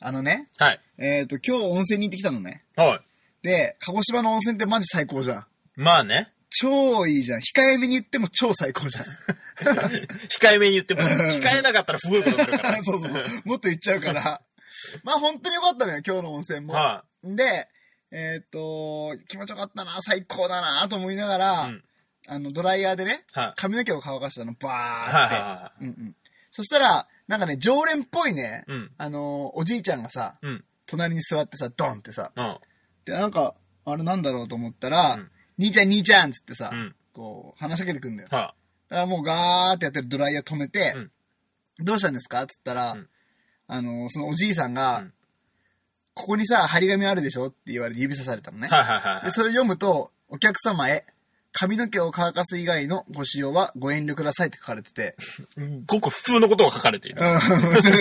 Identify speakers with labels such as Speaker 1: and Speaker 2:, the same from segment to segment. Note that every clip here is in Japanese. Speaker 1: あのね、
Speaker 2: はい。
Speaker 1: えっ、と、今日温泉に行ってきたのね。
Speaker 2: はい。
Speaker 1: で、鹿児島の温泉ってマジ最高じゃん。
Speaker 2: まあね。
Speaker 1: 超いいじゃん。控えめに言っても超最高 じゃん。
Speaker 2: 控えめに言 っても、控えなかったらすごいことになる から。
Speaker 1: そうそうそう。もっと言っちゃう から。まあ本当に良かったのよ、今日の温泉も。
Speaker 2: は
Speaker 1: で、えっ、と、気持ちよかったな、最高だなと思いながら、
Speaker 2: うん
Speaker 1: あの、ドライヤーでね、
Speaker 2: い。はい。
Speaker 1: 髪の毛を乾かしたの、バ
Speaker 2: はい
Speaker 1: ーっ
Speaker 2: はい
Speaker 1: て。
Speaker 2: は
Speaker 1: うんうん。そしたら、なんかね、常連っぽいね、
Speaker 2: い。うん。
Speaker 1: あのーおじいちゃんがさ、
Speaker 2: うん。
Speaker 1: 隣に座ってさ、ドンってさ、
Speaker 2: うん。
Speaker 1: で、なんか、あれなんだろうと思ったら、
Speaker 2: うん
Speaker 1: 兄ちゃん兄ちゃんっつってさ、
Speaker 2: うん。
Speaker 1: こう、話しかけてくんだよ。
Speaker 2: は
Speaker 1: だからもうガーってやってるドライヤー止めて、どうしたんですかっつったら、
Speaker 2: うん
Speaker 1: あのーそのおじいさんが、
Speaker 2: うん
Speaker 1: ここにさ、張り紙あるでしょって言われて指さされたの
Speaker 2: い。
Speaker 1: ね。
Speaker 2: はいはいはいは
Speaker 1: で、
Speaker 2: い。
Speaker 1: それ読むと、お客様へ、髪の毛を乾かす以外のご使用はご遠慮くださいって書かれてて。
Speaker 2: ごく普通のことが書かれている。
Speaker 1: うん、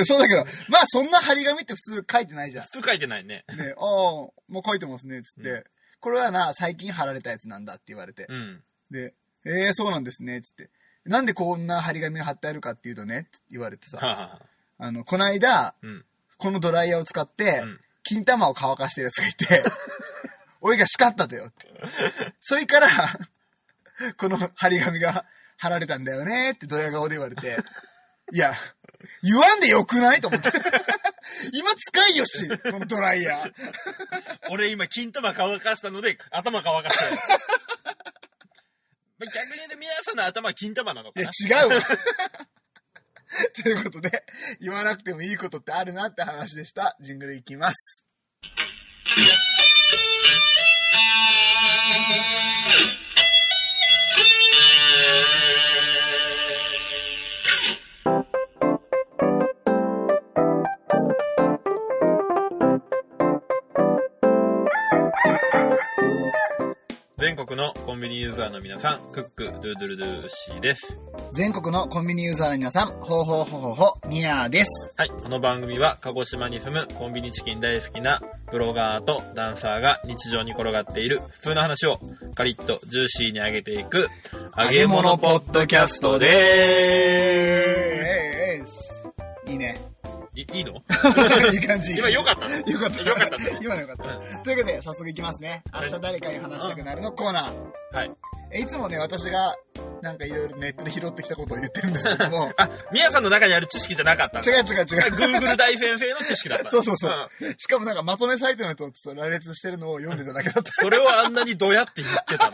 Speaker 1: そうだけど、まあそんな張り紙って普通書いてないじゃん。
Speaker 2: 普通書いてないね。
Speaker 1: で、あ あ、もう書いてますね、つって、
Speaker 2: う
Speaker 1: これはな、最近貼られたやつなんだって言われて。
Speaker 2: うん。
Speaker 1: で、ええそうなんですね、つって。なんでこんな張り紙が貼ってあるかっていうとね、って言われて
Speaker 2: は
Speaker 1: さ、
Speaker 2: いはいは
Speaker 1: あの、この間、
Speaker 2: い。うん。
Speaker 1: このドライヤーを使って、
Speaker 2: うん
Speaker 1: 金玉を乾かしてるやつがいて、 俺が叱ったとよって。それから、この張り紙が貼られたんだよねってドヤ顔で言われて、いや、言わんでよくないと思 って。今使いよし、このドライヤー。
Speaker 2: 俺今、金玉乾かしたので、頭乾かしたよ。まあ 逆に言うと、皆さんの頭は金玉なの
Speaker 1: い
Speaker 2: か
Speaker 1: や
Speaker 2: な、
Speaker 1: 違うわ。 ということで、言わなくてもいいことってあるなって話でした。ジングルいきます。
Speaker 2: 全国のコンビニユーザーの皆さん、クック、ドゥードゥルドゥーシーです。
Speaker 1: 全国のコンビニユーザーの皆さん、ほうほうほうほうほう、ニアーです。
Speaker 2: はい、この番組は鹿児島に住むコンビニチキン大好きなブロガーとダンサーが日常に転がっている普通の話をカリッとジューシーに揚げていく揚げ物ポッドキャストで
Speaker 1: えー、いいね。
Speaker 2: ーいいいの
Speaker 1: いい感じ。
Speaker 2: 今良か ったの
Speaker 1: よかった。
Speaker 2: よかったね
Speaker 1: 今のよかった。というわけで、早速いきますね。明日誰かに話したくなるのコーナー。
Speaker 2: はい。、
Speaker 1: えいつもね、私が、なんかいろいろネットで拾ってきたことを言ってるんですけど も
Speaker 2: あ、みやさんの中にある知識じゃなかったん
Speaker 1: 違う
Speaker 2: だ。
Speaker 1: 違う違う。
Speaker 2: Google 大先生の知識だった。
Speaker 1: そうそうそうんしかもなんかまとめサイトのやつをちょっと羅列してるのを読んでただけだった。
Speaker 2: それをあんなにどやって言ってたの。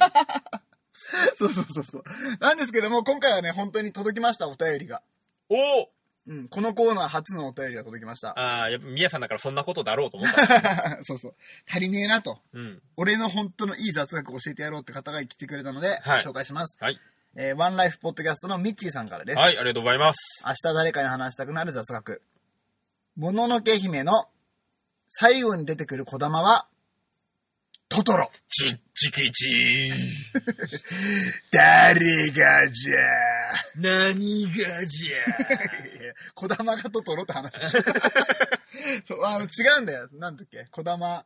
Speaker 1: そうそうそうそう。なんですけども、今回はね、本当に届きました、お便りが。
Speaker 2: おー
Speaker 1: うん、このコーナー初のお便りが届きました。
Speaker 2: ああ、やっぱみやさんだからそんなことだろうと思った。
Speaker 1: そうそう。足りねえなと。
Speaker 2: うん。
Speaker 1: 俺の本当のいい雑学を教えてやろうって方が来てくれたので、
Speaker 2: はい
Speaker 1: 紹介します。
Speaker 2: はい。
Speaker 1: えーワンライフポッドキャストのミッチーさんからです。
Speaker 2: はい、ありがとうございます。
Speaker 1: 明日誰かに話したくなる雑学。もののけ姫の最後に出てくる小玉は、トトロ。
Speaker 2: ちっちきち
Speaker 1: 誰がじゃ
Speaker 2: ー。何がじゃー。
Speaker 1: ー。小玉がトトロって 話でした。そうあの違うんだよ。なんだっけ小玉、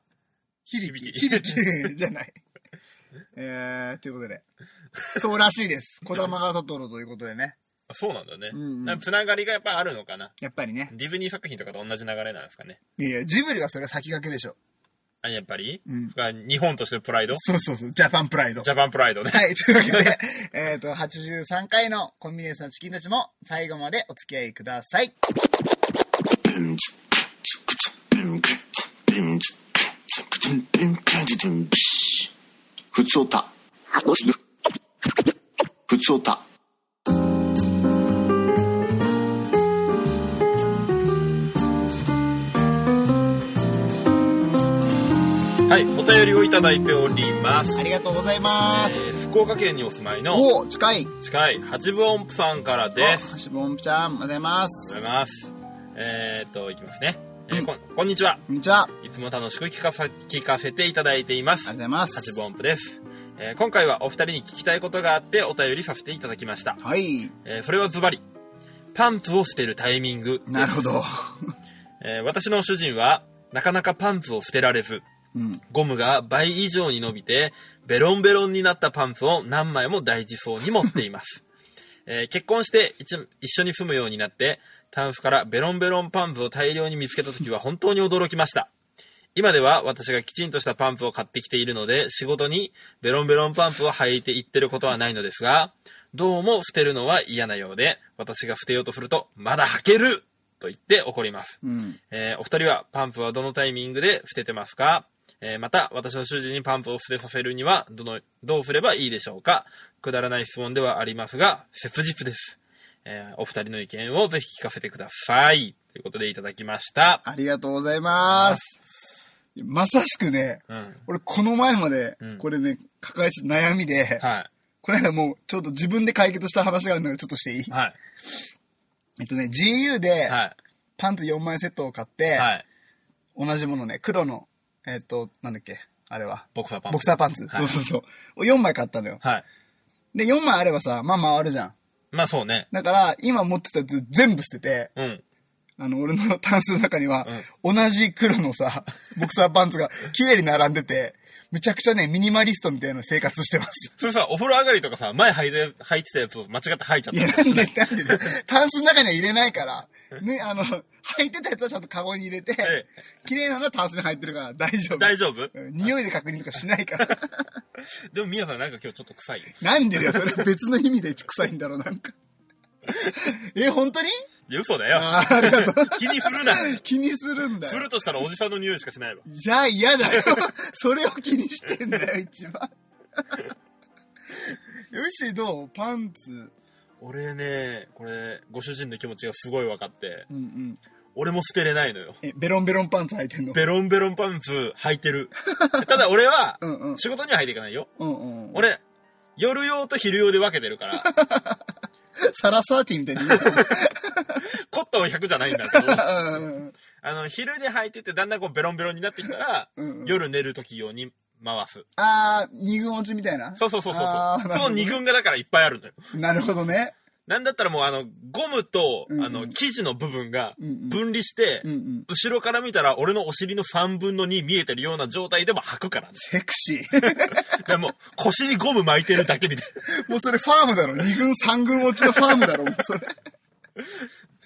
Speaker 1: 響き。
Speaker 2: 響
Speaker 1: 響きじゃ ない。えー、という ことで。そうらしいです。小玉がトトロということでね。
Speaker 2: そうなんだね。
Speaker 1: うんうん
Speaker 2: なんかつながりがやっぱあるのかな。
Speaker 1: やっぱりね。
Speaker 2: ディズニー作品とかと同じ流れなんですかね。
Speaker 1: いやいや、ジブリはそれは先駆けでしょ。
Speaker 2: あ、やっぱり、
Speaker 1: うん。
Speaker 2: が日本としてのプライド
Speaker 1: そうそうそう。ジャパンプライド。
Speaker 2: ジャパンプライド ね。
Speaker 1: はい、というわけで、えっと、83回のコンビニエンスのチキンたちも最後までお付き合いください。
Speaker 3: ふつおた。ふつおた。
Speaker 2: はい、お便りをいただいております。
Speaker 1: ありがとうございます。
Speaker 2: 福岡県にお住まいの
Speaker 1: おお、近い。
Speaker 2: 近い八分音符さんからです。
Speaker 1: す。橋本ちゃん、おはようございま
Speaker 2: あり
Speaker 1: す。
Speaker 2: がとうございます。えー、っと、いきますね。えーこんこんにちは。
Speaker 1: こんにちは。あり
Speaker 2: いつも楽しく聞かさ聞かせていただいてい
Speaker 1: が
Speaker 2: ま
Speaker 1: とう
Speaker 2: す
Speaker 1: ご。ざいます。
Speaker 2: 八分音符です。えー今回はお二人に聞きたいことがあってお便りさせていただきました。
Speaker 1: はい。
Speaker 2: えーそれはズバリ。パンツを捨てるタイミン グ。
Speaker 1: なるほど。
Speaker 2: えー私の主人は、なかなかパンツを捨てられず、
Speaker 1: うん。
Speaker 2: ゴムが倍以上に伸びて、ベロンベロンになったパンツを何 枚も大事そうに持っています。えー結婚して一一緒に住むようになって、タンスからベロンベロンパンツを大量に見つけた時は本当に驚きました。今では私がきちんとしたパンプを買ってきているので、仕事にベロンベロンパンプを履いていってることはないのですが、どうも捨てるのは嫌なようで、私が捨てようとすると、まだ履けると言って怒ります。
Speaker 1: うん。
Speaker 2: えーお二人はパンプはどのタイミングで捨ててますか、えーまた、私の主人にパンプを捨てさせるには、どの、どうすればいいでしょうかくだらない質問ではありますが、切実です。えーお二人の意見をぜひ聞かせてください。ということでいただきました。
Speaker 1: ありがとうございます。まさしくね、
Speaker 2: うん。
Speaker 1: 俺この前まで
Speaker 2: うん、
Speaker 1: これね、抱えてた悩みで、
Speaker 2: は
Speaker 1: この間もうちょっと自分で解決した話があるのでちょっとしていい
Speaker 2: い。はい。
Speaker 1: えっとね、GU で
Speaker 2: は
Speaker 1: パンツ4枚セットを買っ
Speaker 2: い。
Speaker 1: て、
Speaker 2: はい。
Speaker 1: 同じものね、黒の、えっと、なんだっけ、あれは。
Speaker 2: ボクサーパンツ。
Speaker 1: ボクサーパンツ。そ
Speaker 2: は
Speaker 1: う
Speaker 2: い。
Speaker 1: そうそう。を4枚買ったのよ。
Speaker 2: はい。
Speaker 1: で、4枚あればさ、まあ回るじゃん。
Speaker 2: まあそうね。
Speaker 1: だから、今持ってたやつ全部捨てて、
Speaker 2: うん。
Speaker 1: あの、俺のタンスの中には、同じ黒の さ、ボクサーパンツが綺麗に並んでて、むちゃくちゃね、ミニマリストみたいな生活して ます。
Speaker 2: それさ、お風呂上がりとかさ、前履いて、履いてたやつを間違って履いちゃっ
Speaker 1: い
Speaker 2: た
Speaker 1: や、。なんで、なんでだよ、タンスの中には入れないから、ね、あの、履いてたやつはちゃんとカゴに入れて
Speaker 2: え、
Speaker 1: 綺麗なのはタンスに入ってるから大丈夫。
Speaker 2: 大丈夫
Speaker 1: うん匂いで確認とかしないから。
Speaker 2: でも、みやさんなんか今日ちょっと臭いよ。
Speaker 1: なんでだよ、それ別の意味で臭いんだろう、なんか。 え、本当に
Speaker 2: いや嘘だよ。
Speaker 1: あーありがとう。
Speaker 2: 気にするな。
Speaker 1: 気にするんだ
Speaker 2: す
Speaker 1: よ
Speaker 2: る。としたらおじさんの匂いしかしないわ。
Speaker 1: じゃあ嫌だよ。 それを気にしてんだよ、一番。 よし、どうパンツ。
Speaker 2: 俺ね、これ、ご主人の気持ちがすごい分かって、
Speaker 1: うんうん。
Speaker 2: 俺も捨てれないのよ。
Speaker 1: え、ベロンベロンパンツ履いてんの
Speaker 2: ベロンベロンパンツ履いて る。ただ俺は
Speaker 1: う、んうん。
Speaker 2: 仕事には履いていかないよ。
Speaker 1: うんうん。、
Speaker 2: 俺、夜用と昼用で分けて るから、
Speaker 1: サラサーティみたいに言うの
Speaker 2: コットンは100じゃないんだけど、
Speaker 1: うん
Speaker 2: あの、昼で履いててだんだんこうベロンベロンになってきたら、
Speaker 1: うんうん。
Speaker 2: 夜寝る時用に回す。
Speaker 1: あー、二軍落ちみたいな。
Speaker 2: そうそうそうそう
Speaker 1: あー
Speaker 2: そう。
Speaker 1: なる
Speaker 2: そ
Speaker 1: ほど
Speaker 2: の二軍がだからいっぱいあるのよ。
Speaker 1: なるほどね。
Speaker 2: なんだったらもうあの、ゴムと、
Speaker 1: うんうん
Speaker 2: あの、生地の部分が
Speaker 1: うんうん。
Speaker 2: 分離して、
Speaker 1: うんうん。
Speaker 2: 後ろから見たら俺のお尻の3分の2見えてるような状態でも履く からね。
Speaker 1: セクシー。
Speaker 2: いやもう腰にゴム巻いてるだけみたいな。
Speaker 1: もうそれファームだろ。二軍三軍落ちのファームだろ、もうそれ。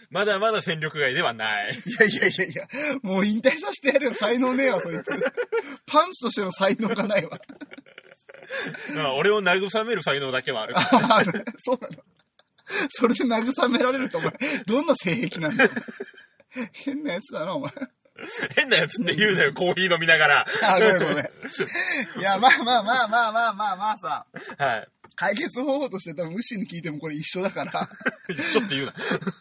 Speaker 2: まだまだ戦力外ではない。
Speaker 1: いやいやいやいや、もう引退させてやるよ。才能ねえわ、そいつ。パンツとしての才能がないわ。
Speaker 2: まあ俺を慰める才能だけはある。
Speaker 1: あー そうなの。それで慰められると、お前、どんな性癖なんだよ変なやつだな、お前。
Speaker 2: 変なやつって言うなよ、コーヒー飲みながら。
Speaker 1: あー、ごめんごめん。いや、まあまあまあまあまあまあまあさ、
Speaker 2: はい。
Speaker 1: 解決方法として多分、ウシに聞いてもこれ一緒だから。
Speaker 2: ちょっと言うな。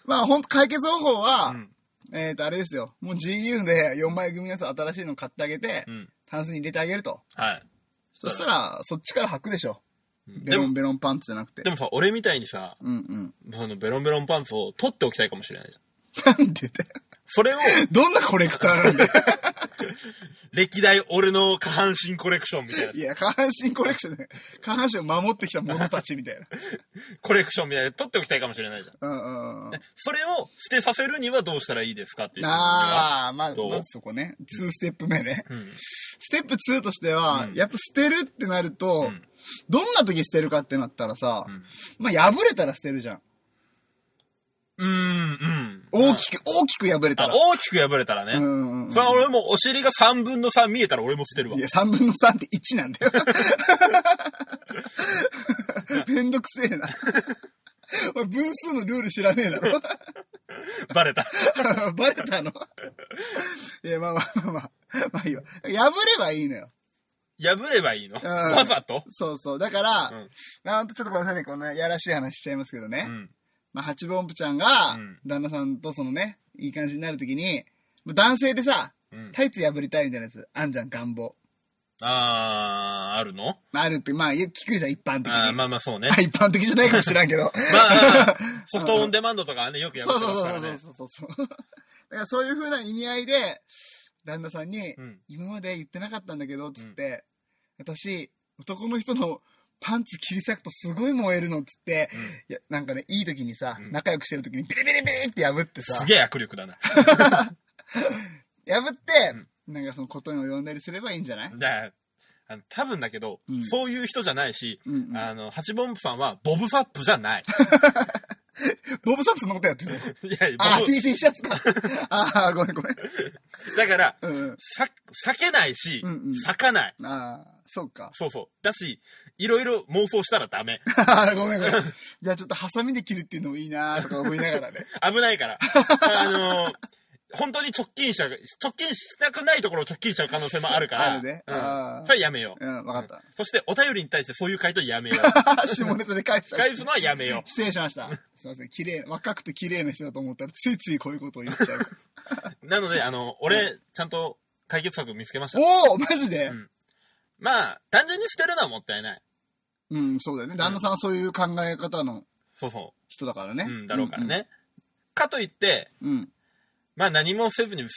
Speaker 1: まあ、ほんと解決方法は、
Speaker 2: うん
Speaker 1: えっ、と、あれですよ。もう GU で4枚組のやつ新しいの買ってあげて、
Speaker 2: うん。
Speaker 1: タンスに入れてあげると。
Speaker 2: はい。
Speaker 1: そしたら、そっちから履くでしょ。ベ
Speaker 2: で
Speaker 1: ロン
Speaker 2: も、
Speaker 1: ベロンパンツじゃなくて
Speaker 2: で。もさ、俺みたいにさ、
Speaker 1: うんうん。
Speaker 2: そのベロンベロンパンツを取っておきたいかもしれないじゃん。
Speaker 1: なんでだよ。
Speaker 2: それを、
Speaker 1: どんなコレクターなんだよ。、
Speaker 2: 歴代俺の下半身コレクションみたいない
Speaker 1: や、下半身コレクションね。下半身を守ってきた者たちみた いな。
Speaker 2: コレクションみたいな、取っておきたいかもしれないじゃん。
Speaker 1: うんうんうん。
Speaker 2: それを捨てさせるにはどうしたらいいですかっていう。
Speaker 1: ああ、まあ、
Speaker 2: どう
Speaker 1: まずそこね。2ステップ目ね。
Speaker 2: うん。
Speaker 1: ステップ2としては、
Speaker 2: うん
Speaker 1: やっぱ捨てるってなると、
Speaker 2: ん
Speaker 1: どんな時捨てるかってなったらさ、
Speaker 2: ん
Speaker 1: まあ破れたら捨てるじゃん。
Speaker 2: うん、うん。
Speaker 1: 大きく、大きく破れた
Speaker 2: あ
Speaker 1: ら。
Speaker 2: 大きく破れたらね。
Speaker 1: うんうんうん
Speaker 2: それは俺もお尻が3分の3見えたら俺も捨てるわ
Speaker 1: い。や、3分の3って1なん だよ。めんどくせえな。お前分数のルール知らねえだろ。
Speaker 2: バレた。
Speaker 1: バレたのいや、まあまあまあまあ。まあいいわ。破ればいいのよ。
Speaker 2: 破ればいいの。
Speaker 1: うん
Speaker 2: わざと
Speaker 1: そうそう。だから、
Speaker 2: うん
Speaker 1: まあほんとちょっとごめんなさいね。こんなやらしい話しちゃいますけどね。
Speaker 2: うん。
Speaker 1: まあ、八分音符ちゃんが
Speaker 2: うん、
Speaker 1: 旦那さんとそのね、いい感じになるときに、男性でさ、
Speaker 2: うん。
Speaker 1: タイツ破りたいみたいなやつ、あんじゃん、願望。
Speaker 2: あー、あるの
Speaker 1: まあ、あるって、まあ、よく聞くじゃん、一般的に。
Speaker 2: あーまあまあそうね。
Speaker 1: あ一般的じゃないかもしら んけど。
Speaker 2: まあ、ソフトオンデマンドとかはね、よく破
Speaker 1: そ
Speaker 2: っ
Speaker 1: う
Speaker 2: て
Speaker 1: そ
Speaker 2: ます
Speaker 1: う
Speaker 2: か
Speaker 1: そう
Speaker 2: ら
Speaker 1: そう
Speaker 2: ね。
Speaker 1: そうそうそう。だからそういう風な意味合いで、旦那さんに、
Speaker 2: うん
Speaker 1: 今まで言ってなかったんだけど、つって、私、男の人のパンツ切り裂くとすごい燃えるの、つって、
Speaker 2: うん
Speaker 1: いや、なんかね、いい時にさ、
Speaker 2: うん
Speaker 1: 仲良くしてる時にビリビリビリって破ってさ
Speaker 2: す、げえ握力だな。
Speaker 1: 破って、なんかそのことに及んだりすればいいんじゃない、
Speaker 2: だあの多分だけど、
Speaker 1: うん
Speaker 2: そういう人じゃないし、
Speaker 1: うんうん
Speaker 2: あの、八本部さんはボブサップじゃない。
Speaker 1: ボブサップそんなことやってるの
Speaker 2: いや、
Speaker 1: あ
Speaker 2: も
Speaker 1: ー、
Speaker 2: う
Speaker 1: T シャツか。あー、ごめんごめん。
Speaker 2: だから、
Speaker 1: うん。
Speaker 2: さ、避けないし、
Speaker 1: うんうん
Speaker 2: 咲かない。
Speaker 1: あー、そうか。
Speaker 2: そうそう。だし、いろいろ妄想したらダメ。
Speaker 1: あーごめんごめん。 じゃあちょっとハサミで切るっていうのもいいなーとか思いながらね。
Speaker 2: 危ないから。あのー本当に直近者が、直近したくないところを直近しちゃう可能性もあるから。
Speaker 1: あるね
Speaker 2: うん
Speaker 1: あー
Speaker 2: それはやめよう。
Speaker 1: うん、わかった。
Speaker 2: そして、お便りに対してそういう回答やめよう。
Speaker 1: 下ネタで返しちゃう
Speaker 2: 返すのはやめよ
Speaker 1: 失礼しま した。すいません。綺麗、若くて綺麗な人だと思ったら、ついついこういうことを言 っちゃう。
Speaker 2: う。なので、あの、俺、ちゃんと解決策見つけました。
Speaker 1: おおマジで、
Speaker 2: うんまあ、単純に捨てるのはもったいない。
Speaker 1: うん、そうだよね。旦那さんはそういう考え方の
Speaker 2: そうそ
Speaker 1: 人だからね。
Speaker 2: う。うん、だろうからね。。かといって、
Speaker 1: うん。うん
Speaker 2: まあ何もせずに、ん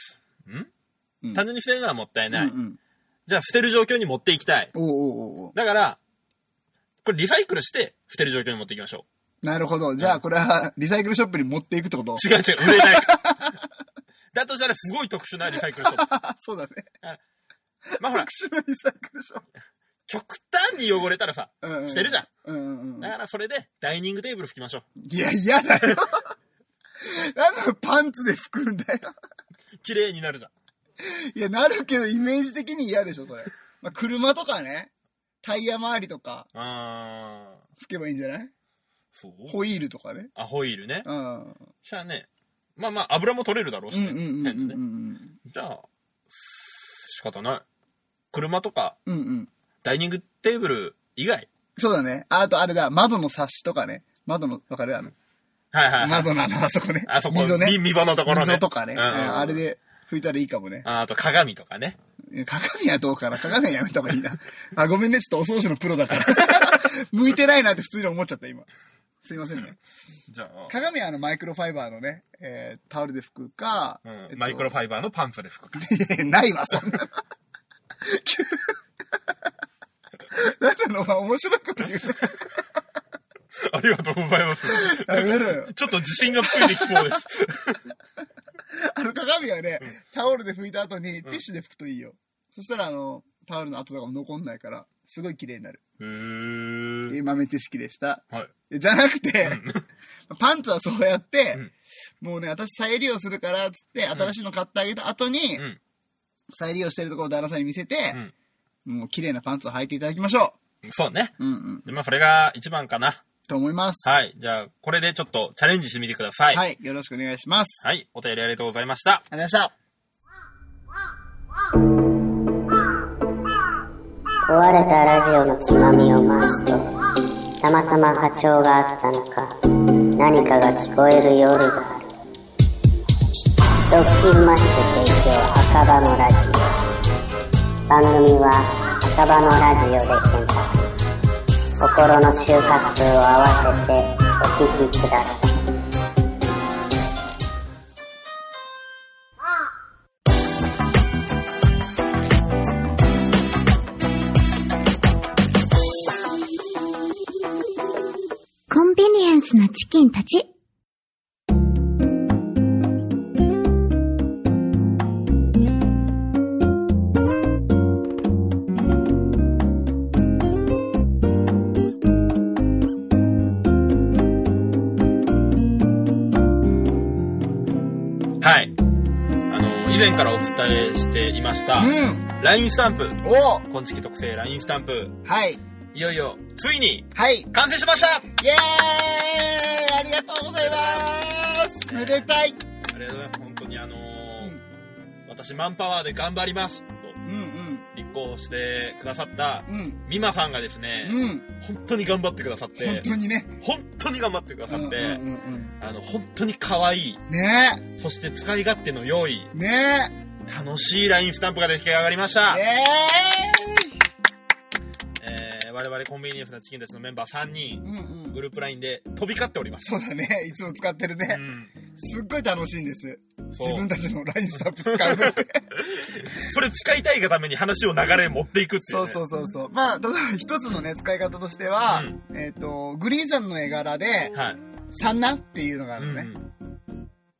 Speaker 1: うん
Speaker 2: 単純に捨てるのはもったいな
Speaker 1: う
Speaker 2: い。
Speaker 1: んうん、
Speaker 2: じゃあ捨てる状況に持っていきたい。
Speaker 1: おうおうおうおう
Speaker 2: だから、これリサイクルして捨てる状況に持っていきましょ
Speaker 1: なるほど。じゃあ、これは、リサイクルショップに持っていくってこと
Speaker 2: う。違う違う、売 れないから。だとしたらすごい特殊なリサイクルショップ。
Speaker 1: あ、そうだね。
Speaker 2: まあほら
Speaker 1: 特、殊なリサイクルショッ
Speaker 2: 極端に汚れたらさ、
Speaker 1: プ。うんうん
Speaker 2: 捨てるじゃん。
Speaker 1: うんうんうん
Speaker 2: だ。からそれでダイニングテーブル拭きましょう。
Speaker 1: いや、嫌だよ。なんでパンツで拭くんだよ。
Speaker 2: 綺麗になるじゃん。
Speaker 1: いや、なるけど、イメージ的に嫌でしょ、それ。まあ、車とかね、タイヤ周りとか、
Speaker 2: あー。
Speaker 1: 拭けばいいんじゃない
Speaker 2: そう
Speaker 1: ホイールとかね。
Speaker 2: あ、ホイールね。
Speaker 1: うん。うん
Speaker 2: じゃあね、まあまあ油も取れるだろうし
Speaker 1: うん
Speaker 2: ね。
Speaker 1: うんうんうん
Speaker 2: じゃあ、仕方ない。車とか
Speaker 1: うん。うんうん。
Speaker 2: ダイニングテーブル以外。
Speaker 1: そうだね。ああとあれだ、窓のサッシとかね。窓の、わかるあの、
Speaker 2: はいはい、はい。
Speaker 1: 窓のあの、あそこね。
Speaker 2: あそこ、
Speaker 1: 溝ね
Speaker 2: み。溝のところね。
Speaker 1: 溝とかね。
Speaker 2: う
Speaker 1: うんんあれで拭いたらいいかもね。
Speaker 2: ああと鏡とかね。
Speaker 1: 鏡はどうかな鏡はやめた方がいいな。あ、ごめんね、ちょっとお掃除のプロだから。向いてないなって普通に思っちゃった、今。すいませんね。
Speaker 2: じゃあ、
Speaker 1: 鏡はあの、マイクロファイバーのね、えータオルで拭くか、
Speaker 2: うん
Speaker 1: えっと
Speaker 2: マイクロファイバーのパンツで拭くか。
Speaker 1: いやないわ、そんな。なんなのお前面白いこと言うな。
Speaker 2: ありがとうございます。
Speaker 1: やめろよ。
Speaker 2: ちょっと自信がついてきそうです。
Speaker 1: あの鏡はね、タオルで拭いた後にティッシュで拭くといいよ。そしたら、あの、タオルの跡とかも残んないから、すごい綺麗になる。
Speaker 2: へー
Speaker 1: えー豆知識でした。
Speaker 2: はい。
Speaker 1: じゃなくて、 パンツはそうやって、
Speaker 2: うん
Speaker 1: もうね、私再利用するから、つって、新しいの買ってあげた後に、
Speaker 2: うん
Speaker 1: 再利用してるところを旦那さんに見せて、もう綺麗なパンツを履いていただきましょ
Speaker 2: そうね。
Speaker 1: う。うんうん。
Speaker 2: でまあ、それが一番かな。
Speaker 1: と思います。
Speaker 2: はい。じゃあ、これでちょっとチャレンジしてみてください。。
Speaker 1: はいい、よろしくお願いします。
Speaker 2: はい。お便りありがとうございました。
Speaker 1: ありがとうございました。
Speaker 4: 壊れたラジオのつまみを回すとたまたま波長があったのか何かが聞こえる夜があるドッキンマッシュ提供赤羽のラジオ番組は赤羽のラジオで検索心の周波数を合わせてお聞きください
Speaker 5: コンビニエンスなチキンたち。
Speaker 2: はい。あの、以前からお伝えしていました、
Speaker 1: うん。
Speaker 2: LINE スタンプ。
Speaker 1: お
Speaker 2: 今月特製 LINE スタンプ。
Speaker 1: はい。
Speaker 2: いよいよ、ついに、
Speaker 1: はい。
Speaker 2: 完成しました
Speaker 1: イエーイありがとうございますめでたい
Speaker 2: ありがとうございます。本当にあの
Speaker 1: う
Speaker 2: ー
Speaker 1: ん
Speaker 2: 私マンパワーで頑張りますと
Speaker 1: うん
Speaker 2: 立候補してくださった
Speaker 1: うん。うん。
Speaker 2: ミマさんがですね、
Speaker 1: うん。
Speaker 2: 本当に頑張ってくださっ
Speaker 1: 本
Speaker 2: て、
Speaker 1: 当にね。
Speaker 2: 本当に頑張ってくだ
Speaker 1: う
Speaker 2: さ
Speaker 1: んう
Speaker 2: っ
Speaker 1: ん
Speaker 2: て、
Speaker 1: うん
Speaker 2: あの、本当に可愛い、
Speaker 1: うん。ね
Speaker 2: そして使い勝手の良い、
Speaker 1: え。ね
Speaker 2: 楽しい LINE スタンプが出来上がりました
Speaker 1: え。イ。エ
Speaker 2: えー、我々コンビニエンスなチキンたちのメンバー3
Speaker 1: ー
Speaker 2: 人
Speaker 1: イ、うんうん。
Speaker 2: グループ LINE で飛び交っております。
Speaker 1: そうだね。いつも使ってる
Speaker 2: う
Speaker 1: ね。
Speaker 2: ん。
Speaker 1: すっごい楽しいんです。
Speaker 2: そう
Speaker 1: 自分たちのラインスタンプ使うの って。
Speaker 2: それ使いたいがために話を流れに持っていくっていう、
Speaker 1: そう
Speaker 2: ね。
Speaker 1: そうそうそう。まあ、例えば一つのね、使い方としては、えっと、グリーンさんの絵柄で、
Speaker 2: はい。
Speaker 1: サンナっていうのがあるのね。
Speaker 2: うん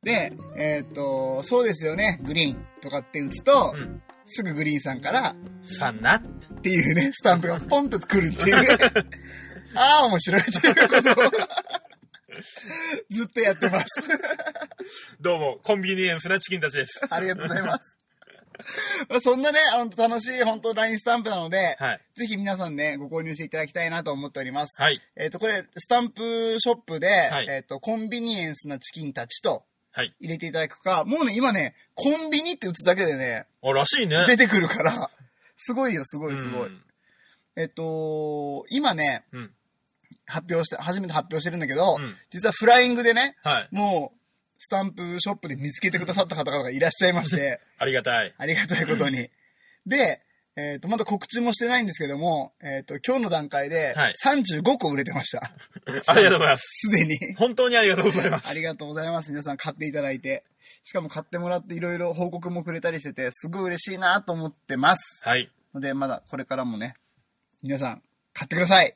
Speaker 1: で、えっ、と、そうですよね、グリーンとかって打つと、
Speaker 2: うん。うん。
Speaker 1: すぐグリーンさんから
Speaker 2: さんなって。
Speaker 1: っていうね、 スタンプがポンと来るっていうね。ああ、面白いっていうことをずっとやってます。
Speaker 2: どうも、コンビニエンスなチキンたちです。
Speaker 1: ありがとうございます。まあそんなね、あの楽しい本当 LINE スタンプなので、
Speaker 2: はい
Speaker 1: ぜひ皆さんね、ご購入していただきたいなと思っております。
Speaker 2: はい。
Speaker 1: えっ、と、これ、スタンプショップで、
Speaker 2: はい
Speaker 1: えっ、と、コンビニエンスなチキンたちと
Speaker 2: はい。
Speaker 1: 入れていただくか、もうね、今ね、コンビニって打つだけでね、
Speaker 2: あ、らしい ね。
Speaker 1: 出てくるから、すごいよ、すご
Speaker 2: う
Speaker 1: い、
Speaker 2: ん
Speaker 1: すごい。。えっ、と、今ね、
Speaker 2: うん。
Speaker 1: 発表して、初めて発表してるんだけど、
Speaker 2: うん
Speaker 1: 実はフライングでね、
Speaker 2: はい。
Speaker 1: もう、スタンプショップで見つけてくださった方々がいらっしゃいまして、
Speaker 2: ありが たい。
Speaker 1: ありがたいことに。で、えっ、と、まだ告知もしてないんですけども、えっ、と、今日の段階で
Speaker 2: はい
Speaker 1: 35個売れてました。
Speaker 2: ありがとうございます。
Speaker 1: すでに。
Speaker 2: 本当にありがとうございます。
Speaker 1: ありがとうございます。皆さん買っていただいて。しかも買ってもらっていろいろ報告もくれたりしてて、すごい嬉しいなと思ってます。
Speaker 2: はい。よ
Speaker 1: ので、まだこれからもね、皆さん買ってください。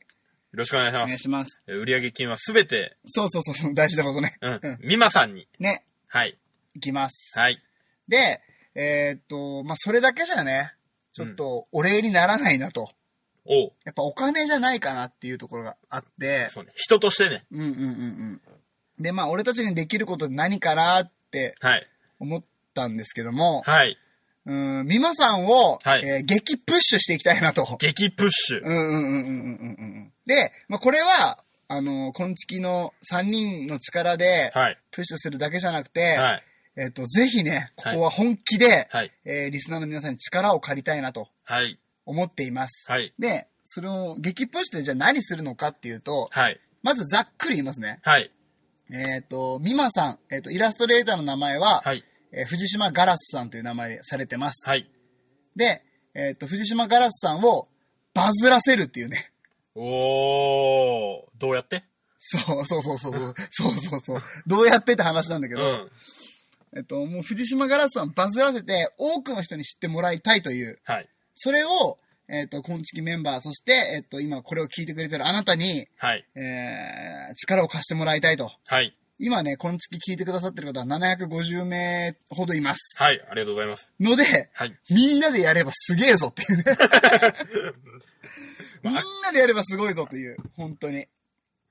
Speaker 2: ろしくお願いし
Speaker 1: お
Speaker 2: ま
Speaker 1: 願い
Speaker 2: す。
Speaker 1: します。
Speaker 2: え売上金はすべて、
Speaker 1: そうそうそうそう、大事なこと ね。
Speaker 2: うん
Speaker 1: うん。
Speaker 2: 美馬さんに。
Speaker 1: ね、
Speaker 2: はい。
Speaker 1: いきます。
Speaker 2: はい。
Speaker 1: で、えっと、まあ、それだけじゃね、ちょっとお礼にならないなと。
Speaker 2: おう。
Speaker 1: やっぱお金じゃないかなっていうところがあって、
Speaker 2: そうね。人としてね。
Speaker 1: うんうんうんうん。で、まあ、俺たちにできること何かなって
Speaker 2: はい。
Speaker 1: 思ったんですけども、
Speaker 2: はい。
Speaker 1: うん、美馬さんを、
Speaker 2: はい
Speaker 1: えー激プッシュしていきたいなと。
Speaker 2: 激プッシュ。
Speaker 1: うんうんうんうんうんうんうん。で、まあ、これは、あの、今月の3人の力で、
Speaker 2: はい。
Speaker 1: プッシュするだけじゃなくて、
Speaker 2: はい。
Speaker 1: えっ、と、ぜひね、こ
Speaker 2: はい
Speaker 1: こは本気で、
Speaker 2: はい。
Speaker 1: えーリスナーの皆さんに力を借りたいなと
Speaker 2: はい。
Speaker 1: 思っています。
Speaker 2: はい。
Speaker 1: で、それを激プッシュでじゃあ何するのかっていうと、
Speaker 2: はい。
Speaker 1: まずざっくり言いますね。
Speaker 2: はい。
Speaker 1: えっ、と、美馬さん、えっ、と、イラストレーターの名前は、
Speaker 2: はい。
Speaker 1: えー藤島ガラスさんという名前でされてます。
Speaker 2: はい。
Speaker 1: で、えっ、と、藤島ガラスさんをバズらせるっていうね。
Speaker 2: おー。どうやって
Speaker 1: そうそうそうそう。そうそうそう。どうやってって話なんだけ
Speaker 2: う
Speaker 1: ど、
Speaker 2: ん。
Speaker 1: えっ、と、もう藤島ガラスさんをバズらせて、多くの人に知ってもらいたいという、
Speaker 2: はい。
Speaker 1: それを、えっ、と、今月メンバー、そして、えっ、と、今これを聞いてくれてるあなたに、
Speaker 2: はい。
Speaker 1: えー力を貸してもらいたいと。
Speaker 2: はい。
Speaker 1: 今ね、今月聞いてくださってる方は750名ほどいます。
Speaker 2: はい。ありがとうございます。
Speaker 1: ので、
Speaker 2: はい。
Speaker 1: みんなでやればすげえぞっていう ね。み
Speaker 2: ま
Speaker 1: ん
Speaker 2: あ
Speaker 1: なでやればすごいぞという、本当に。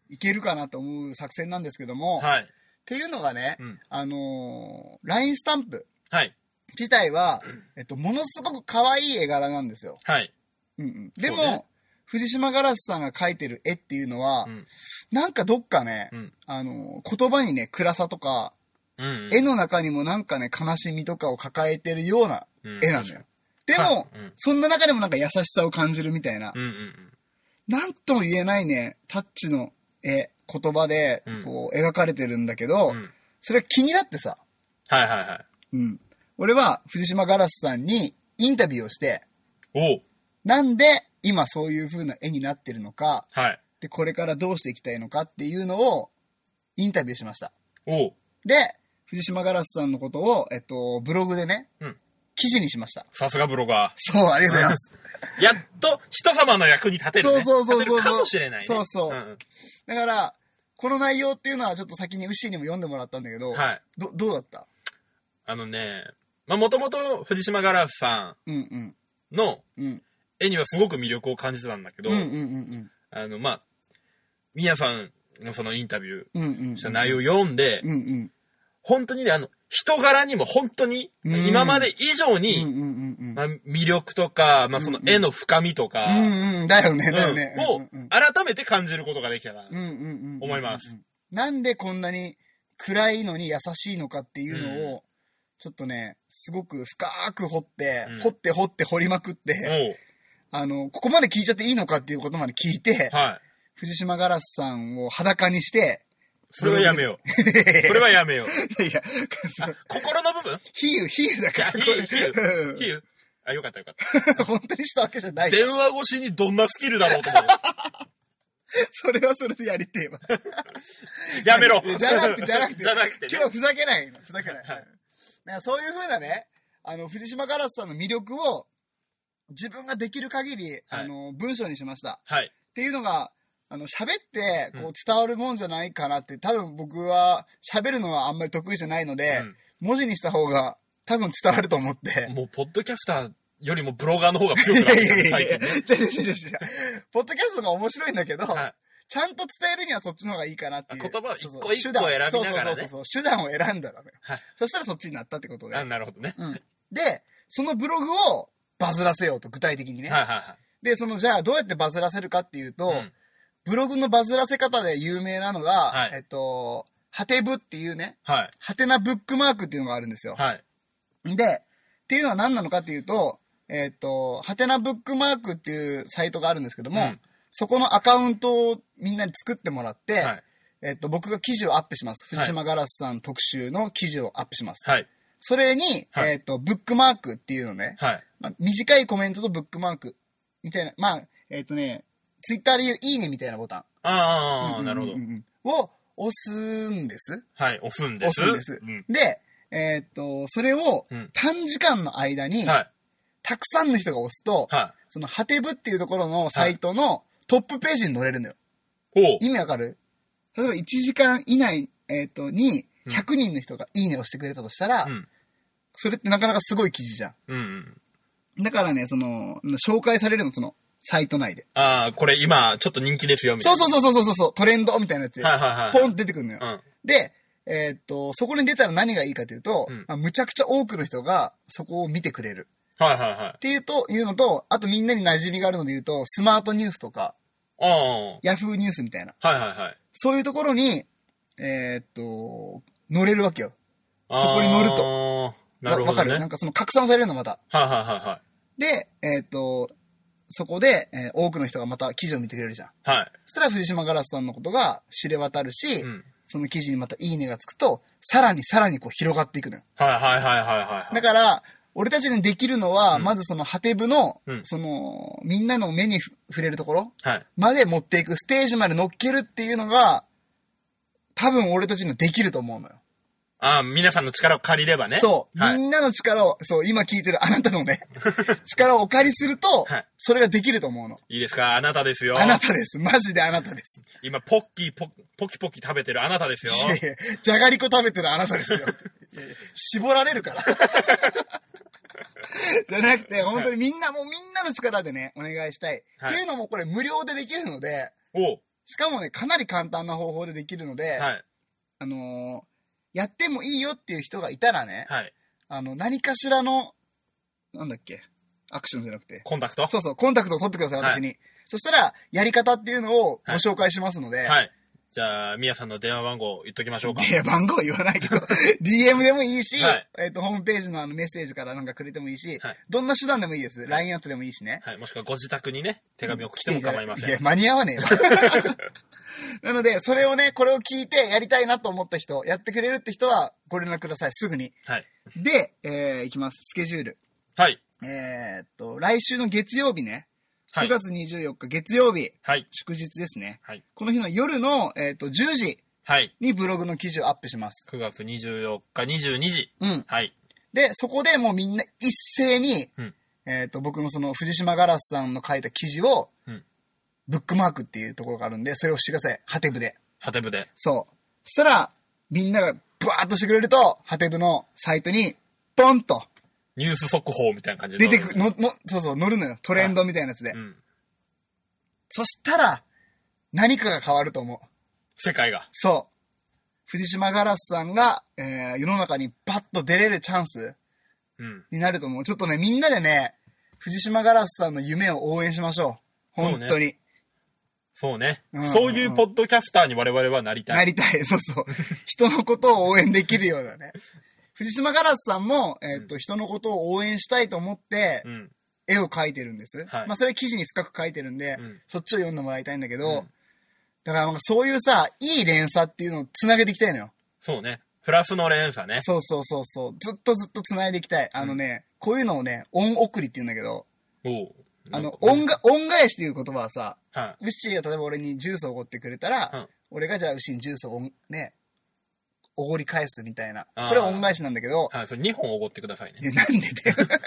Speaker 1: いけるかなと思う作戦なんですけども、っ
Speaker 2: はい。
Speaker 1: ていうのがね、
Speaker 2: うん
Speaker 1: あのー、LINE スタンプ
Speaker 2: はい。
Speaker 1: 自体は、えっと、ものすごく可愛い絵柄なんですよ。
Speaker 2: はい。
Speaker 1: うんうん、でも、
Speaker 2: そうね
Speaker 1: 藤島ガラスさんが描いてる絵っていうのは、
Speaker 2: うん
Speaker 1: なんかどっかね、
Speaker 2: うん
Speaker 1: あのー、言葉にね、暗さとか、
Speaker 2: うんうん。
Speaker 1: 絵の中にもなんかね、悲しみとかを抱えてるような
Speaker 2: うん
Speaker 1: 絵なのよ。で
Speaker 2: は
Speaker 1: も
Speaker 2: いうん、
Speaker 1: そんな中でもなんか優しさを感じるみたいな
Speaker 2: う、んうんうん。
Speaker 1: なんとも言えないね、タッチの絵、言葉で
Speaker 2: うん、
Speaker 1: こう、描かれてるんだけど
Speaker 2: うん、
Speaker 1: それが気になってさ、
Speaker 2: はいはいはい。
Speaker 1: うん。俺は藤島ガラスさんにインタビューをして、
Speaker 2: おう。
Speaker 1: なんで今そういう風な絵になってるのか、
Speaker 2: はい。
Speaker 1: で、これからどうしていきたいのかっていうのを、インタビューしました。
Speaker 2: おう。
Speaker 1: で、藤島ガラスさんのことを、えっと、ブログでね、
Speaker 2: うん
Speaker 1: 記事にしました。
Speaker 2: さすがブロガ
Speaker 1: そう、ありがとうございます。
Speaker 2: ー。やっと人様の役に立てる、ね。
Speaker 1: そうそうそうそう
Speaker 2: 立てるかもしれない、ね。
Speaker 1: そうそうんだから、この内容っていうのはちょっと先にウッシーにも読んでもらったんだけど、
Speaker 2: うん。はい。
Speaker 1: どどうだった
Speaker 2: あのね、まあもともと藤島ガラスさ
Speaker 1: うん
Speaker 2: んの
Speaker 1: うん。うん。
Speaker 2: 絵にはすごく魅力を感じてたんだけど、
Speaker 1: うんうんうん
Speaker 2: あの、まあ、みやさんのそのインタビュ
Speaker 1: うん。うんうん。
Speaker 2: ーした内容を読んで、
Speaker 1: うんうん。
Speaker 2: 本当にね、あの、人柄にも本当に、
Speaker 1: うん
Speaker 2: 今まで以上
Speaker 1: うんうん
Speaker 2: に、
Speaker 1: うんうん。
Speaker 2: まあ、魅力とか、まあ、その絵の深みとか、
Speaker 1: うんうん。だよね、だよね。
Speaker 2: うんを
Speaker 1: うんうん
Speaker 2: 改めて感じることができたな。
Speaker 1: うんうんうん。
Speaker 2: 思います。
Speaker 1: なんでこんなに暗いのに優しいのかっていうのを、ちょっとね、すごく深く掘って、
Speaker 2: うん
Speaker 1: 掘って掘って掘りまくって、
Speaker 2: おう
Speaker 1: あの、ここまで聞いちゃっていいのかっていうことまで聞いて、
Speaker 2: はい。
Speaker 1: 藤島ガラスさんを裸にして、
Speaker 2: それはやめよう。それはやめよう。
Speaker 1: いやいや、
Speaker 2: あ、心の部分
Speaker 1: 比喩、比喩だから。
Speaker 2: 比喩比
Speaker 1: うん
Speaker 2: 喩比喩あ、よかったよかっ
Speaker 1: 本当にしたわけじゃな
Speaker 2: た。
Speaker 1: い。
Speaker 2: 電話越しにどんなスキルだろうと思う。
Speaker 1: それはそれでやりてえわ。
Speaker 2: やめろ
Speaker 1: じゃなくて、じゃなくて。
Speaker 2: じゃなくてね
Speaker 1: 今日はふざけないの。ふざけない。
Speaker 2: はい
Speaker 1: なんかそういう風なね、あの、藤島ガラスさんの魅力を、自分ができる限り、あの、文章にしました。
Speaker 2: はい。
Speaker 1: っていうのが、あの、喋って、こう、伝わるもんじゃないかなって、多分僕は、喋るのはあんまり得意じゃないので、
Speaker 2: うん
Speaker 1: 文字にした方が、多分伝わると思って。
Speaker 2: もう、ポッドキャスターよりもブロガーの方が
Speaker 1: いやいやいやいや
Speaker 2: 強くなってる、最近
Speaker 1: 違う違う違う違うポッドキャストが面白いんだけど、
Speaker 2: は
Speaker 1: ちゃんと伝えるにはそっちの方がいいかなっていう。
Speaker 2: あ言葉を
Speaker 1: そうそう
Speaker 2: 一個一個選びながらね
Speaker 1: 手段そうそうそうそう。手段を選んだのよ。
Speaker 2: はい
Speaker 1: そしたらそっちになったってことで
Speaker 2: あ。なるほどね。
Speaker 1: うん。で、そのブログをバズらせようと、具体的にね。
Speaker 2: はいはいはい。
Speaker 1: で、その、じゃあどうやってバズらせるかっていうと、
Speaker 2: うん
Speaker 1: ブログのバズらせ方で有名なのが、
Speaker 2: はい
Speaker 1: えっと、ハテブっていうね、
Speaker 2: はい。
Speaker 1: ハテナブックマークっていうのがあるんですよ。
Speaker 2: はい。
Speaker 1: で、っていうのは何なのかっていうと、えっ、と、ハテナブックマークっていうサイトがあるんですけども、
Speaker 2: うん
Speaker 1: そこのアカウントをみんなに作ってもらって、
Speaker 2: はい
Speaker 1: えっ、と、僕が記事をアップします。
Speaker 2: はい
Speaker 1: 藤島ガラスさん特集の記事をアップします。
Speaker 2: はい。
Speaker 1: それに、
Speaker 2: はい
Speaker 1: えっ、と、ブックマークっていうのね、
Speaker 2: はい。
Speaker 1: まあ短いコメントとブックマークみたいな、まあ、えっ、とね、ツイッターで言ういいねみたいなボタン。
Speaker 2: ああ、なるほど
Speaker 1: うん。うんうんを押すんです。
Speaker 2: はい。オフんで
Speaker 1: 押
Speaker 2: す。
Speaker 1: すんです。
Speaker 2: うん。
Speaker 1: で、えーっと、それを
Speaker 2: うん
Speaker 1: 短時間の間に、
Speaker 2: はい。
Speaker 1: たくさんの人が押すと、
Speaker 2: は
Speaker 1: そのハテブっていうところのサイトのトップページに載れるのよ。
Speaker 2: い。ほう。
Speaker 1: 意味わかる例えば1時間以内、えーっと、に
Speaker 2: うん
Speaker 1: 100人の人がいいねをしてくれたとしたら、
Speaker 2: うん。
Speaker 1: それってなかなかすごい記事じゃ
Speaker 2: うんう
Speaker 1: ん。
Speaker 2: ん。
Speaker 1: だからね、その、紹介されるの、その、サイト内で。
Speaker 2: ああ、これ今、ちょっと人気ですよ、みたい
Speaker 1: そう
Speaker 2: な。
Speaker 1: そうそうそうそうそう、トレンドみたいなやつで、
Speaker 2: はいはいはい。
Speaker 1: ポンって出てくるのよ。
Speaker 2: うん。
Speaker 1: で、えーっと、そこに出たら何がいいかというと、
Speaker 2: うん
Speaker 1: まあむちゃくちゃ多くの人がそこを見てくれる。
Speaker 2: はいはいはい
Speaker 1: っ。ていうと、いうのと、あとみんなに馴染みがあるので言うと、スマートニュースとか、
Speaker 2: ああ。
Speaker 1: ヤフーニュースみたいな、
Speaker 2: はいはいはい。
Speaker 1: そういうところに、えーっと、乗れるわけよ。
Speaker 2: あー
Speaker 1: そこに乗る
Speaker 2: なる
Speaker 1: わ
Speaker 2: ほど
Speaker 1: か
Speaker 2: ね。
Speaker 1: る
Speaker 2: は
Speaker 1: ないんかその拡散されるのまた。
Speaker 2: はいはいは
Speaker 1: で、えーっと、そこで、えー多くの人がまた記事を見てくれるじゃん。
Speaker 2: い。はい。
Speaker 1: そしたら藤島ガラスさんのことが知れ渡るし、
Speaker 2: うん
Speaker 1: その記事にまたいいねがつくと、さらにさらにこう広がっていくのよ。
Speaker 2: はいはいはいはいはい。
Speaker 1: だから、俺たちにできるのは、
Speaker 2: ん
Speaker 1: まずそのハテブの、
Speaker 2: うん
Speaker 1: その、みんなの目にふ触れるところ
Speaker 2: はい。
Speaker 1: まで持っていく、ステージまで乗っけるっていうのが、多分俺たちにはできると思うのよ。
Speaker 2: ああ、皆さんの力を借りればね。
Speaker 1: そう、
Speaker 2: はい
Speaker 1: み。んなの力を、そう、今聞いてるあなたの ね、力をお借りすると、
Speaker 2: はい
Speaker 1: それができると思うの。
Speaker 2: いいですかあなたですよ。
Speaker 1: あなたです。マジであなたです。
Speaker 2: 今、ポッキーポ、ポキポキ食べてるあなたですよ。
Speaker 1: いやいや、じゃがりこ食べてるあなたですよ。いやいや絞られるから。 じゃなくて、本当にみんな、もうみんなの力でね、お願いしたい。
Speaker 2: はい
Speaker 1: っていうのもこれ無料でできるので、
Speaker 2: おう。
Speaker 1: しかもね、かなり簡単な方法でできるので、
Speaker 2: はい。
Speaker 1: あのーやってもいいよっていう人がいたらね、
Speaker 2: はい。
Speaker 1: あの、何かしらの、なんだっけ、アクションじゃなくて、
Speaker 2: コンタクト
Speaker 1: そうそう、コンタクトを取ってください、
Speaker 2: はい
Speaker 1: 私に。そしたら、やり方っていうのをご紹介しますので、
Speaker 2: はい。じゃあ、みやさんの電話番号言っときましょうか。
Speaker 1: いや、番号は言わないけど、DM でもいいし、
Speaker 2: はい
Speaker 1: えっ、と、ホームページのあのメッセージからなんかくれてもいいし、
Speaker 2: はい
Speaker 1: どんな手段でもいいです。LINE アットでもいいしね。
Speaker 2: はい。もしくはご自宅にね、手紙を送っても構いませ
Speaker 1: いや、
Speaker 2: ん。
Speaker 1: 間に合わねえ わ。なので、それをね、これを聞いてやりたいなと思った人、やってくれるって人はご連絡ください、すぐに。
Speaker 2: はい。
Speaker 1: で、えー、いきます。スケジュール。
Speaker 2: はい。
Speaker 1: えーっと、来週の月曜日ね。
Speaker 2: は
Speaker 1: 9
Speaker 2: い。
Speaker 1: 月24日月曜日、
Speaker 2: はい。
Speaker 1: 祝日ですね。
Speaker 2: はい。
Speaker 1: この日の夜の、えーっと、10時
Speaker 2: はい。
Speaker 1: にブログの記事をアップします。
Speaker 2: 9月24日22時。
Speaker 1: うん。
Speaker 2: はい。
Speaker 1: で、そこでもうみんな一斉に、
Speaker 2: うん
Speaker 1: えーっと、僕のその藤島ガラスさんの書いた記事を、
Speaker 2: うん
Speaker 1: ブックマークっていうところがあるんで、それを押してください。ハテブで。
Speaker 2: ハテブで。
Speaker 1: そう。そしたら、みんながブワーッとしてくれると、ハテブのサイトに、ポンと
Speaker 2: ニュース速報みたいな感じで
Speaker 1: 出てく、の、の、そうそう、乗るのよ。トレンドみたいなやつで
Speaker 2: う。ん。
Speaker 1: そしたら、何かが変わると思う。
Speaker 2: 世界が。
Speaker 1: そう。藤島ガラスさんが、えー世の中にバッと出れるチャンス
Speaker 2: うん。
Speaker 1: になると思う。ちょっとね、みんなでね、藤島ガラスさんの夢を応援しましょう。
Speaker 2: そうね
Speaker 1: 本当に。
Speaker 2: そうね
Speaker 1: うん。
Speaker 2: そういうポッドキャスターに我々はなりた。
Speaker 1: ないりたい。そう そう。人のことを応援できるようなね。藤島ガラスさんも、えーっと、人のことを応援したいと思って、
Speaker 2: うん。
Speaker 1: 絵を描いてるんです。
Speaker 2: はい
Speaker 1: まあそれ記事に深く書いてるんで、
Speaker 2: うん
Speaker 1: そっちを読んでもらいたいんだけど、
Speaker 2: うん
Speaker 1: だからなんかそういうさ、いい連鎖っていうのを繋げていきたいのよ。
Speaker 2: そうね。プラスの連鎖ね。
Speaker 1: そうそうそうそう。ずっとずっと繋いでいきたい。あのね、こういうのをね、恩送りって言うんだけど、
Speaker 2: おう
Speaker 1: あ
Speaker 2: なん
Speaker 1: の
Speaker 2: か、
Speaker 1: 恩が、恩返しっていう言葉はさ、
Speaker 2: は
Speaker 1: ウッシーが例えば俺にジュースをおごってくれたら、
Speaker 2: うん
Speaker 1: 俺がじゃあウッシーにジュースをおんね、おごり返すみたいな。
Speaker 2: あー
Speaker 1: これは恩返しなんだけど、
Speaker 2: い。はい。それ2本おごってくださいね。
Speaker 1: え、なんでだよ。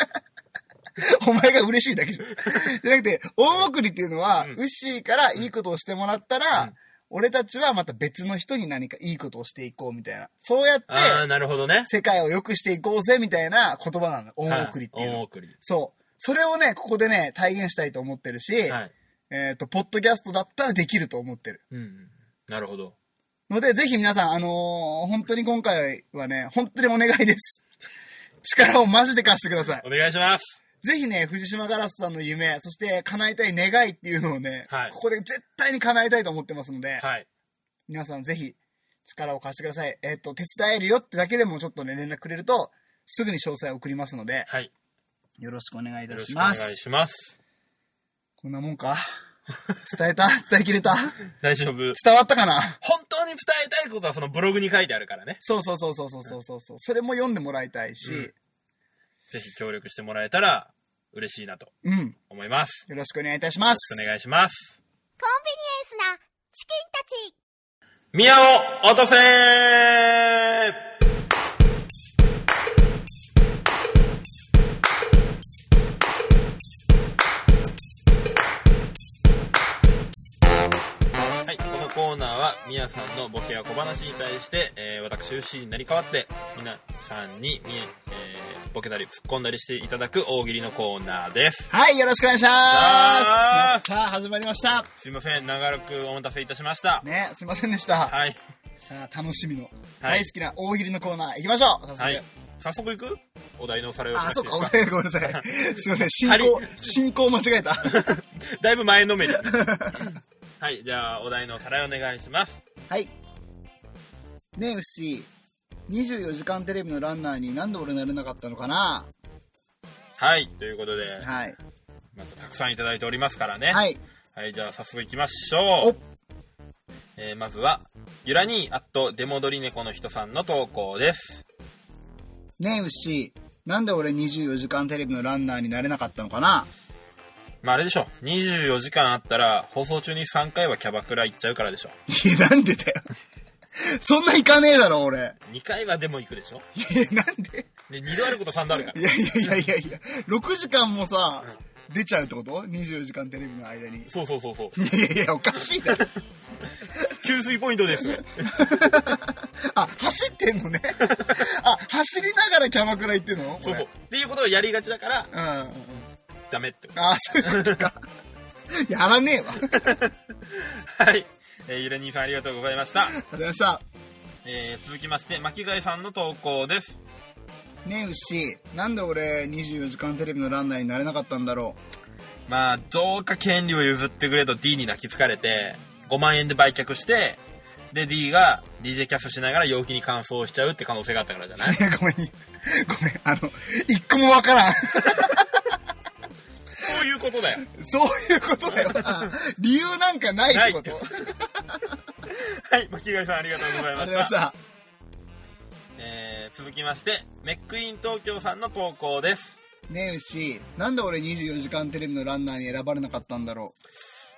Speaker 1: お前が嬉しいだけじゃん。 じゃなくて、大送りっていうのは、
Speaker 2: うん
Speaker 1: ウッシーからいいことをしてもらったら、
Speaker 2: うん
Speaker 1: 俺たちはまた別の人に何かいいことをしていこうみたいな。そうやって、
Speaker 2: ああ、なるほどね。
Speaker 1: 世界を良くしていこうぜみたいな言葉なの。大
Speaker 2: はい
Speaker 1: 送りっていうの。
Speaker 2: 大送り。
Speaker 1: そう。それをね、ここでね、体現したいと思ってるし、
Speaker 2: はい。
Speaker 1: えっ、と、ポッドキャストだったらできると思ってる。
Speaker 2: うんうん。なるほど。
Speaker 1: ので、ぜひ皆さん、あのー本当に今回はね、本当にお願いです。 力をマジで貸してくださ
Speaker 2: お願いします。
Speaker 1: い。ぜひね、藤島ガラスさんの夢、そして叶えたい願いっていうのをね、
Speaker 2: はい
Speaker 1: ここで絶対に叶えたいと思ってますので、
Speaker 2: はい。
Speaker 1: 皆さんぜひ力を貸してください。えっ、と、手伝えるよってだけでもちょっとね、連絡くれると、すぐに詳細を送りますので、
Speaker 2: はい。
Speaker 1: よろしくお願いい
Speaker 2: よ
Speaker 1: た
Speaker 2: ろし
Speaker 1: し
Speaker 2: くお
Speaker 1: ます。
Speaker 2: 願いします。
Speaker 1: こんなもんか伝えた 伝えきれた
Speaker 2: 大丈夫。
Speaker 1: 伝わったかな
Speaker 2: 本当に伝えたいことはそのブログに書いてあるからね。
Speaker 1: そうそうそうそうそうそうそうそう。それも読んでもらいたいし、
Speaker 2: ぜひ協力してもらえたら嬉しいなと
Speaker 1: うん、
Speaker 2: 思います。
Speaker 1: よろしくお願いいたします。
Speaker 2: お願いします。
Speaker 5: コンビニエンスなチキンたち
Speaker 2: 宮を落とせーはい、このコーナーは、みやさんのボケや小話に対して、えー、私、牛になり代わって、皆さんに、みえーボケたり、突っ込んだりしていただく大喜利のコーナーです。
Speaker 1: はい、よろしくお願いしま
Speaker 2: あ
Speaker 1: す。さあ、始まりました。
Speaker 2: すいません、長らくお待たせいたしました。
Speaker 1: ね、すいませんでした。
Speaker 2: はい。
Speaker 1: さあ、楽しみの、
Speaker 2: はい
Speaker 1: 大好きな大喜利のコーナー行きましょう。早速。
Speaker 2: はい。早速行くお題のおさらいをし
Speaker 1: あ、
Speaker 2: な
Speaker 1: そ
Speaker 2: く
Speaker 1: う
Speaker 2: て
Speaker 1: か、
Speaker 2: いい
Speaker 1: ご
Speaker 2: で
Speaker 1: め
Speaker 2: すか
Speaker 1: んごめんなさい。 すいません、進
Speaker 2: あり
Speaker 1: 行、進行間違 えた。
Speaker 2: だいぶ前 のめり。はい、じゃあ、お題のおさらいお願いします。
Speaker 1: はい。ねえ、牛。24時間テレビのランナーになんで俺なれなかったのかな
Speaker 2: はい、ということで、
Speaker 1: はい。
Speaker 2: またたくさんいただいておりますからね。。
Speaker 1: はいい。
Speaker 2: じゃあ、早速行きましょ
Speaker 1: お
Speaker 2: う。えーまずは、ゆらにあっと出戻り猫の人さんの投稿です。
Speaker 1: ねえ、牛。なんで俺24時間テレビのランナーになれなかったのかな
Speaker 2: まあ、あれでしょ。24時間あったら、放送中に3回はキャバクラ行っちゃうからでしょ。
Speaker 1: いやなんでだ よ。そんな行かねえだろ、俺。
Speaker 2: 2回はでも行くでしょ。
Speaker 1: いや なんで
Speaker 2: で、2度あること3度あるから
Speaker 1: い。やいやいやいやいや、6時間もさ、出ちゃうってこと ?24 時間テレビの間に。い
Speaker 2: そうそうそうそう。
Speaker 1: やいやいや、おかしいだろ。
Speaker 2: 給水ポイント です。
Speaker 1: あ、走ってんのね。あ、走りながらキャバクラ行ってんの
Speaker 2: そ
Speaker 1: こ
Speaker 2: うそう。
Speaker 1: れ。
Speaker 2: っていうことをやりがちだから、
Speaker 1: うんうんうん。
Speaker 2: ダメってこと。
Speaker 1: あ、そういうことか。やらねえわ。ありがとう
Speaker 2: はい。えーゆらにーさんありがとうございました。
Speaker 1: ございました。
Speaker 2: えー続きまして、巻貝さんの投稿です。
Speaker 1: ねえ、牛。なんで俺24時間テレビのランナーになれなかったんだろ。
Speaker 2: まあ、どうか権利を譲ってくれと D に泣きつかれて、5万円で売却して、で、D が DJ キャストしながら陽気に乾燥しちゃうって可能性があったからじゃないう
Speaker 1: い や、ごめん。ごめん。あの、一個もわからん。
Speaker 2: そういうことだよ。
Speaker 1: そういうことだよな。理由なんかないってこと。
Speaker 2: はい、巻貝さんありがとうござい
Speaker 1: あ
Speaker 2: ま
Speaker 1: りがとうご
Speaker 2: し
Speaker 1: ざいま
Speaker 2: た。
Speaker 1: した。
Speaker 2: えー続きまして、メックイン東京さんの投稿です。
Speaker 1: ねえ、牛。なんで俺24時間テレビのランナーに選ばれなかったんだろ。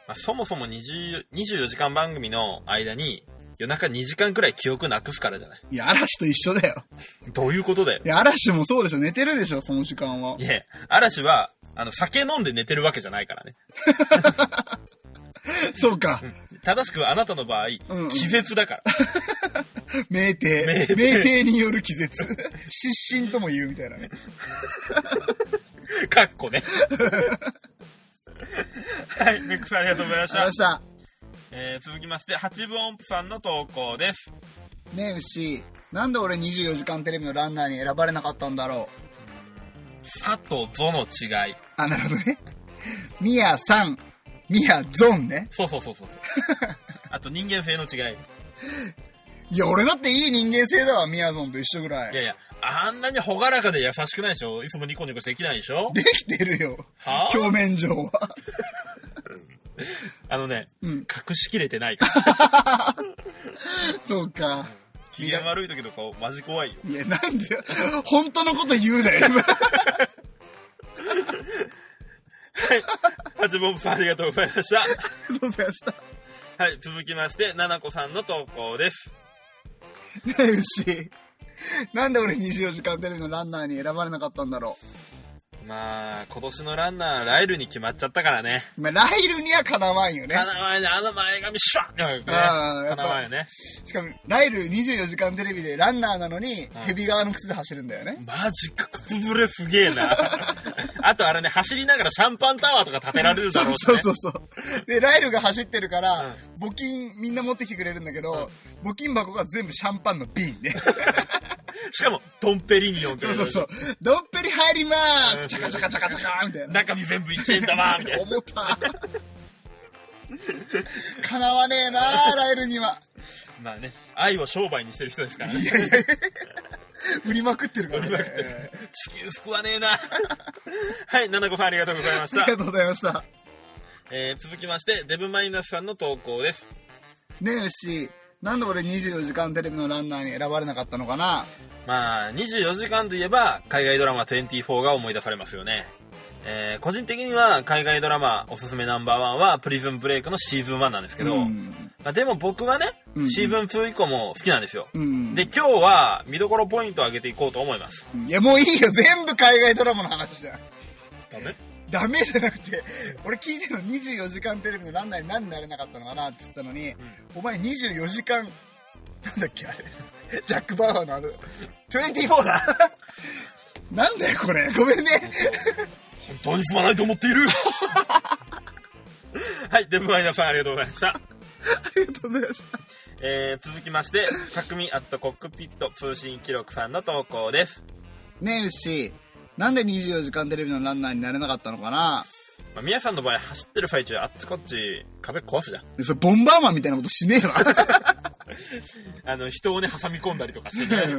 Speaker 2: まあ、そもそも20 24時間番組の間に、夜中2時間くらい記憶なくすからじゃないう
Speaker 1: いや、嵐と一緒だよ。
Speaker 2: どういうことだよ。
Speaker 1: い。や、嵐もそうでしょ。寝てるでしょ、その時間はい
Speaker 2: や、嵐は、あの、酒飲んで寝てるわけじゃないからね。
Speaker 1: そうか。
Speaker 2: 正しくはあなたの場合、
Speaker 1: うんうん
Speaker 2: 気絶だから。
Speaker 1: 名帝。
Speaker 2: 名
Speaker 1: 名
Speaker 2: 帝
Speaker 1: 帝による気絶。失神とも言うみたいなね。
Speaker 2: かっこね。はい、メックさんありがとうござい
Speaker 1: ありがとうござ
Speaker 2: まし
Speaker 1: い
Speaker 2: た
Speaker 1: ま。した。
Speaker 2: えー、続きまして、八分音符さんの投稿です。
Speaker 1: ねえ、牛。なんで俺24時間テレビのランナーに選ばれなかったんだろう。
Speaker 2: さとぞの違い。
Speaker 1: あ、なるほどね。ミヤさん。ミヤゾンね。
Speaker 2: そうそうそう そう。あと人間性の違い。
Speaker 1: いや、俺だっていい人間性だわ、ミヤゾンと一緒ぐら
Speaker 2: いや
Speaker 1: い。
Speaker 2: いや、あんなに朗らかで優しくないでしょいつもニコニコしてできないでしょ
Speaker 1: できてるよ。
Speaker 2: はあ
Speaker 1: 表面上は。
Speaker 2: あのね、
Speaker 1: うん
Speaker 2: 隠しきれてな いから。
Speaker 1: そうか。
Speaker 2: 機嫌悪い時とかマジ怖いよ。
Speaker 1: いや、なんでよ。本当のこと言うなよ、今。
Speaker 2: 八分音符さんありがとうございました。
Speaker 1: そうでした。
Speaker 2: はい、続きまして、ななこさんの投稿です。
Speaker 1: ねえ、牛。なんで俺24時間テレビのランナーに選ばれなかったんだろ
Speaker 2: まあ、今年のランナー、ライルに決まっちゃったからね。
Speaker 1: う。まあ、ライルにはかなわんよね
Speaker 2: か。なわんよね、あの前髪シュワッね
Speaker 1: ああや
Speaker 2: か
Speaker 1: っぱ
Speaker 2: なわんよね。
Speaker 1: しかも、ライル24時間テレビでランナーなのに、ヘビ側の靴で走るんだよね。
Speaker 2: マジか、靴ぶ れすげえな。あとあれね、走りながらシャンパンタワーとか建てられるだろうし、
Speaker 1: そう
Speaker 2: ね。
Speaker 1: そうそう。で、ライルが走ってるから、
Speaker 2: う
Speaker 1: 募金みんな持ってきてくれるんだけど、募金箱が全部シャンパンの瓶ね。
Speaker 2: しかも、ドンペリニオンって
Speaker 1: そう
Speaker 2: 言わ
Speaker 1: そ
Speaker 2: れ
Speaker 1: う
Speaker 2: る
Speaker 1: そう。どんぺり入りまーすチャカチャカチャカチャカみたいな。
Speaker 2: 中身全部1円だわみたいな。
Speaker 1: 重た。かなわねえなーライルには。
Speaker 2: まあね、愛を商売にしてる人ですからね。
Speaker 1: 売りまくってるからね。
Speaker 2: 地球救わねえな。 はい、七子さんありがとうございまし
Speaker 1: あ
Speaker 2: た
Speaker 1: り。がとうございました。
Speaker 2: えー、続きまして、デブマイナスさんの投稿です。
Speaker 1: ねえし、なんで俺24時間テレビのランナーに選ばれなかったのかな
Speaker 2: まあ、24時間といえば、海外ドラマ24が思い出されますよね。えー個人的には、海外ドラマおすすめナンバーワンは、プリズンブレイクのシーズン1なんですけど、
Speaker 1: うん
Speaker 2: まあ、でも僕はね、
Speaker 1: うん
Speaker 2: シーズン2以降も好きなんですよ。
Speaker 1: うん。
Speaker 2: で、今日は、見どころポイントを上げていこうと思います。
Speaker 1: いやもういいよ、全部海外ドラマの話じゃん。
Speaker 2: ダメ
Speaker 1: ダメじゃなくて、俺聞いてるの24時間テレビのランナーに何になれなかったのかなって言ったのに、お前24時間、なんだっけ あれ、ジャック・バウアーのあれ、24だ なんだよこれ、ごめんね。
Speaker 2: 本当にすまないと思っている はい、デブマイナスさんありがとうございました。
Speaker 1: ありがとうございました。
Speaker 2: えー、続きまして、匠アットコックピット通信記録さんの投稿です。
Speaker 1: ねえ、牛、なんで24時間テレビのランナーになれなかったのかな
Speaker 2: まあ、皆さんの場合、走ってる最中、あっちこっち、壁壊すじゃん。
Speaker 1: それボンバーマンみたいなことし ねえわ。
Speaker 2: あの、人をね、挟み込んだりとかしてね。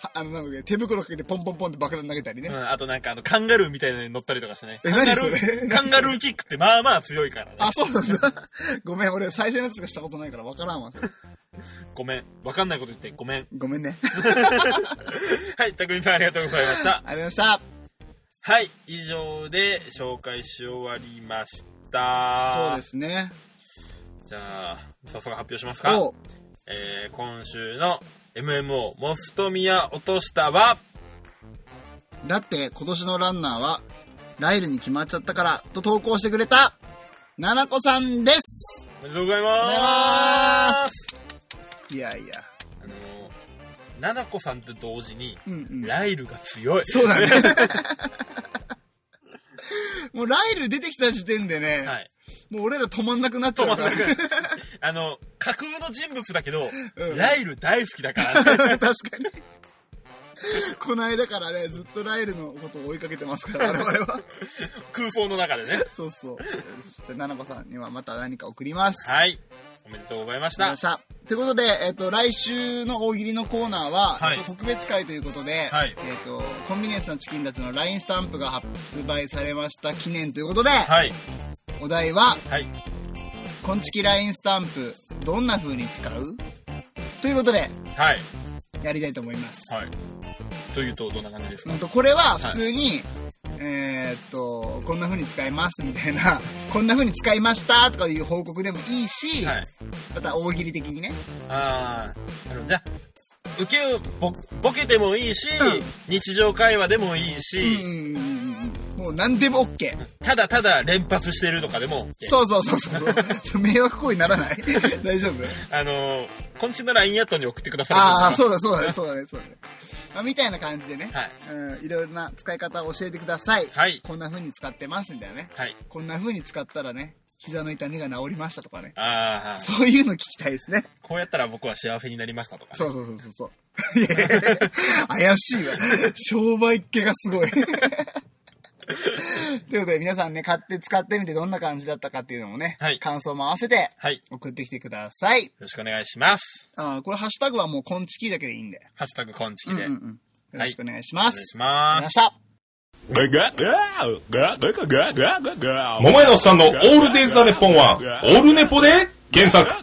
Speaker 1: はあの、なので、手袋かけてポンポンポンって爆弾投げたりね。
Speaker 2: うん、あとなんか、あの、カンガルーみたいなのに乗ったりとかしてね。
Speaker 1: え
Speaker 2: カンガ
Speaker 1: 何
Speaker 2: ル
Speaker 1: それ
Speaker 2: ー、
Speaker 1: 何
Speaker 2: カンガルーキックってまあまあ強いからね。
Speaker 1: あ、そうなんだ。ごめん、俺最初のやつしかしたことないから分からんわ。
Speaker 2: ごめん。わかんないこと言ってご めん。
Speaker 1: ごめんね。
Speaker 2: はい、たくみさんありがとうございました。
Speaker 1: ありがとうございました。
Speaker 2: はい、以上で紹介し終わりまし
Speaker 1: そ
Speaker 2: た。
Speaker 1: うですね。
Speaker 2: す。じゃあ、早速発表しますか。
Speaker 1: お
Speaker 2: えー、今週の MMO モストミア落としたは、
Speaker 1: だって今年のランナーは、ライルに決まっちゃったから、と投稿してくれた、ななこさんです
Speaker 2: おめでとうござい
Speaker 1: おめでとうござい
Speaker 2: ま
Speaker 1: ますいやいや。
Speaker 2: あのー、ななこさんと同時に、
Speaker 1: うんうん。
Speaker 2: ライルが強い。
Speaker 1: そうだね。もうライル出てきた時点でね、
Speaker 2: はい。
Speaker 1: もう俺ら止まんなくなっちゃうから。
Speaker 2: あの、架空の人物だけど、
Speaker 1: うん
Speaker 2: ライル大好きだから、
Speaker 1: 確かに。この間からね、ずっとライルのことを追いかけてますから、我 々は。
Speaker 2: 空想の中でね。
Speaker 1: そうそう。よしじゃあ、ななこさんにはまた何か送ります。
Speaker 2: はい。おめでとうございまし
Speaker 1: ありがとうございま
Speaker 2: た
Speaker 1: し。た。ということで、えっ、と、来週の大喜利のコーナーは、
Speaker 2: はい
Speaker 1: えっと特別会ということで、
Speaker 2: はい
Speaker 1: えっ、と、コンビニエンスのチキンたちの LINE スタンプが発売されました記念ということで、
Speaker 2: はい。
Speaker 1: お題は、
Speaker 2: はい。
Speaker 1: こんちき LINE スタンプ、どんな風に使うということで、
Speaker 2: はい。
Speaker 1: やりたいと思います。
Speaker 2: はい。というと、どんな感じですか
Speaker 1: うんとこれは普通に、えーっとこんな風に使いますみたいな こんな風に使いましたとかいう報告でもいいし、
Speaker 2: はい。
Speaker 1: また大喜利的にね
Speaker 2: ああ、なるほど。じゃあ、受けをボ、ボケてもいいし、
Speaker 1: うん
Speaker 2: 日常会話でもいいし、
Speaker 1: うんうんうんうんもう何でも OK、
Speaker 2: ただただ連発してるとかでも、
Speaker 1: そうそうそうそうそう迷惑行為にならない 大丈夫
Speaker 2: あのー、今週の LINE アットに送ってください。
Speaker 1: ああそうだそうだねそうだねそうだね、まあ、みたいな感じでね、
Speaker 2: はい
Speaker 1: うん、いろいろな使い方を教えてください、
Speaker 2: はい
Speaker 1: こんな風に使ってますみたいなね
Speaker 2: はい。
Speaker 1: こんな風に使ったらね膝の痛みが治りましたとかね
Speaker 2: ああ、
Speaker 1: そういうの聞きたいですね
Speaker 2: こうやったら僕は幸せになりましたとか、ね。
Speaker 1: そうそうそうそう そう。いやいやいや怪しいわ。商売っ気がすごい。 ということで皆さんね、買って使ってみてどんな感じだったかっていうのもね、
Speaker 2: はい
Speaker 1: 感想も合わせて
Speaker 2: はい。よ
Speaker 1: 送ってきてください。
Speaker 2: ろしくお願いします。
Speaker 1: あーこれハッシュタグはもうコンチキーだけでいいんで。
Speaker 2: ハッシュタグコンチ
Speaker 1: う
Speaker 2: キ
Speaker 1: んうん
Speaker 2: で。
Speaker 1: うん。よろしくお願いしま
Speaker 2: お願いし
Speaker 1: す。あり
Speaker 2: ま
Speaker 1: が
Speaker 2: す。
Speaker 1: とうございました。
Speaker 6: 桃井のおっさんのオールデイズ・ザ・ネッポンは、オールネポで検索。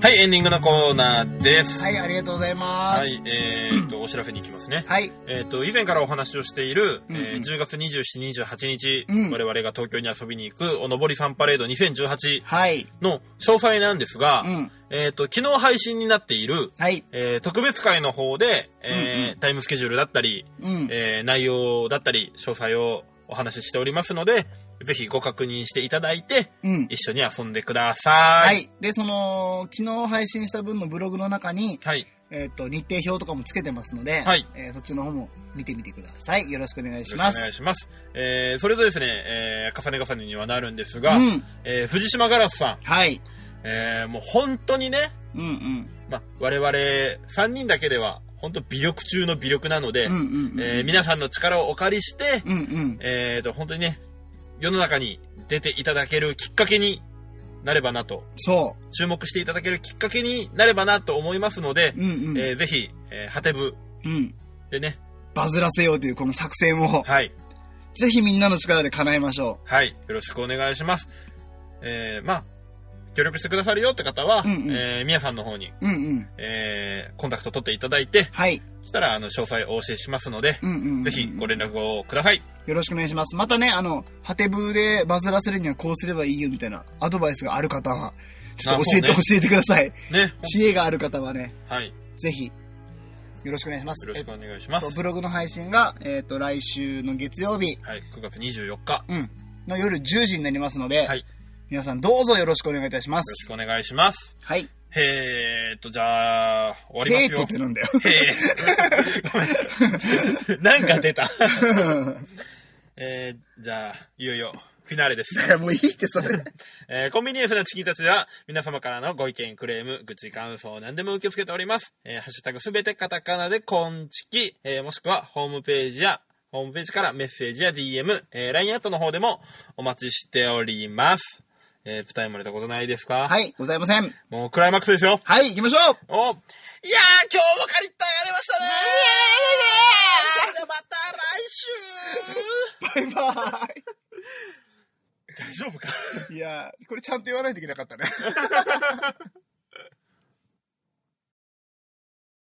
Speaker 2: はい、エンディングのコーナーです。
Speaker 1: はい、ありがとうございます。
Speaker 2: は
Speaker 1: はい。
Speaker 2: い、えー、っと、お知らせに行きますね。えっ、と、以前からお話をしている、
Speaker 1: うんうん
Speaker 2: えー10月27、28日、
Speaker 1: うん
Speaker 2: 我々が東京に遊びに行く、おのぼりさんパレード2018
Speaker 1: はい。
Speaker 2: の詳細なんですが、
Speaker 1: うん。
Speaker 2: えっ、と、昨日配信になっている、
Speaker 1: はい。
Speaker 2: えー特別会の方で、えー
Speaker 1: うん
Speaker 2: タイムスケジュールだったり、
Speaker 1: うん。
Speaker 2: えー内容だったり、詳細をお話ししておりますので、ぜひご確認していただいて、
Speaker 1: うん
Speaker 2: 一緒に遊んでくださ。
Speaker 1: はいい。で、その、昨日配信した分のブログの中に、
Speaker 2: はい。
Speaker 1: えっ、と、日程表とかもつけてますので、
Speaker 2: はい
Speaker 1: えーそっちの方も見てみてください。よろしくお願いし
Speaker 2: よろ
Speaker 1: ま
Speaker 2: し
Speaker 1: す。
Speaker 2: くお願いします。えー、それとですね、えー、重ね重ねにはなるんですが、
Speaker 1: うん。
Speaker 2: えー、藤島ガラスさん、
Speaker 1: はい。
Speaker 2: えー、もう本当にね、
Speaker 1: うんうん。
Speaker 2: まあ、我々3人だけでは、本当微力中の微力なので、
Speaker 1: うんうん、うん。
Speaker 2: えー皆さんの力をお借りして、
Speaker 1: うんうん。
Speaker 2: えー、と、本当にね、世の中に出ていただけるきっかけになればなと、
Speaker 1: そ
Speaker 2: 注目していただけるきっかけになればなと思いますので
Speaker 1: う。、うんうん。
Speaker 2: えーぜひ、えーハテブ
Speaker 1: うん。
Speaker 2: でね、
Speaker 1: バズらせようというこの作戦を、
Speaker 2: はい、
Speaker 1: ぜひみんなの力で叶えましょ
Speaker 2: はい、よろしくお願いします。えー、まあ、協力してくださるよって方は、
Speaker 1: うんうん
Speaker 2: えー、みやさんの方に、
Speaker 1: う。うんうん。
Speaker 2: えー、コンタクト取っていただいて、
Speaker 1: はい。
Speaker 2: そしたら、あの、詳細をお教えしますので、
Speaker 1: うんうんうん、
Speaker 2: ぜひご連絡をください。
Speaker 1: よろしくお願いします。またね、あの、ハテブでバズらせるにはこうすればいいよみたいなアドバイスがある方は、ちょっと
Speaker 2: あ
Speaker 1: 教えて、
Speaker 2: そうね
Speaker 1: 教えてください。
Speaker 2: ね。
Speaker 1: 知恵がある方はね、
Speaker 2: はい。よ
Speaker 1: ぜひ、よろしくお願いします。
Speaker 2: ろしくお願いしま
Speaker 1: えっと
Speaker 2: す。
Speaker 1: ブログの配信が、えっ、と、来週の月曜日、
Speaker 2: はい、9月24日、よ
Speaker 1: うん、の夜10時になりますので、
Speaker 2: はい
Speaker 1: 皆さんどうぞよろしくお願いいたしま
Speaker 2: ろし
Speaker 1: す。
Speaker 2: くお願いします。
Speaker 1: はい。
Speaker 2: へーっと、じゃあ、終わりま
Speaker 1: ヘイ
Speaker 2: す
Speaker 1: トっ
Speaker 2: よ
Speaker 1: て。なんだよ。
Speaker 2: へー。 ごめん。なんか出た。えー、じゃあ、いよいよ、フィナーレです。
Speaker 1: いやもういいって、そ れ。
Speaker 2: えーコンビニエンスなチキンたちでは、皆様からのご意見、クレーム、愚痴、感想、何でも受け付けております。えーハッシュタグすべてカタカナで、コンチキ、えーもしくは、ホームページや、ホームページからメッセージや DM、えー LINE アットの方でもお待ちしております。えー、伝えもれたことないですか
Speaker 1: はい、ございません。
Speaker 2: もうクライマックスですよ。
Speaker 1: はい、行きましょう
Speaker 2: おいやー、今日もカリッタやりましたねーそれではまた 来
Speaker 1: バイバイ
Speaker 2: 週大丈夫か
Speaker 1: いや、これちゃんと言わないといけなかったね。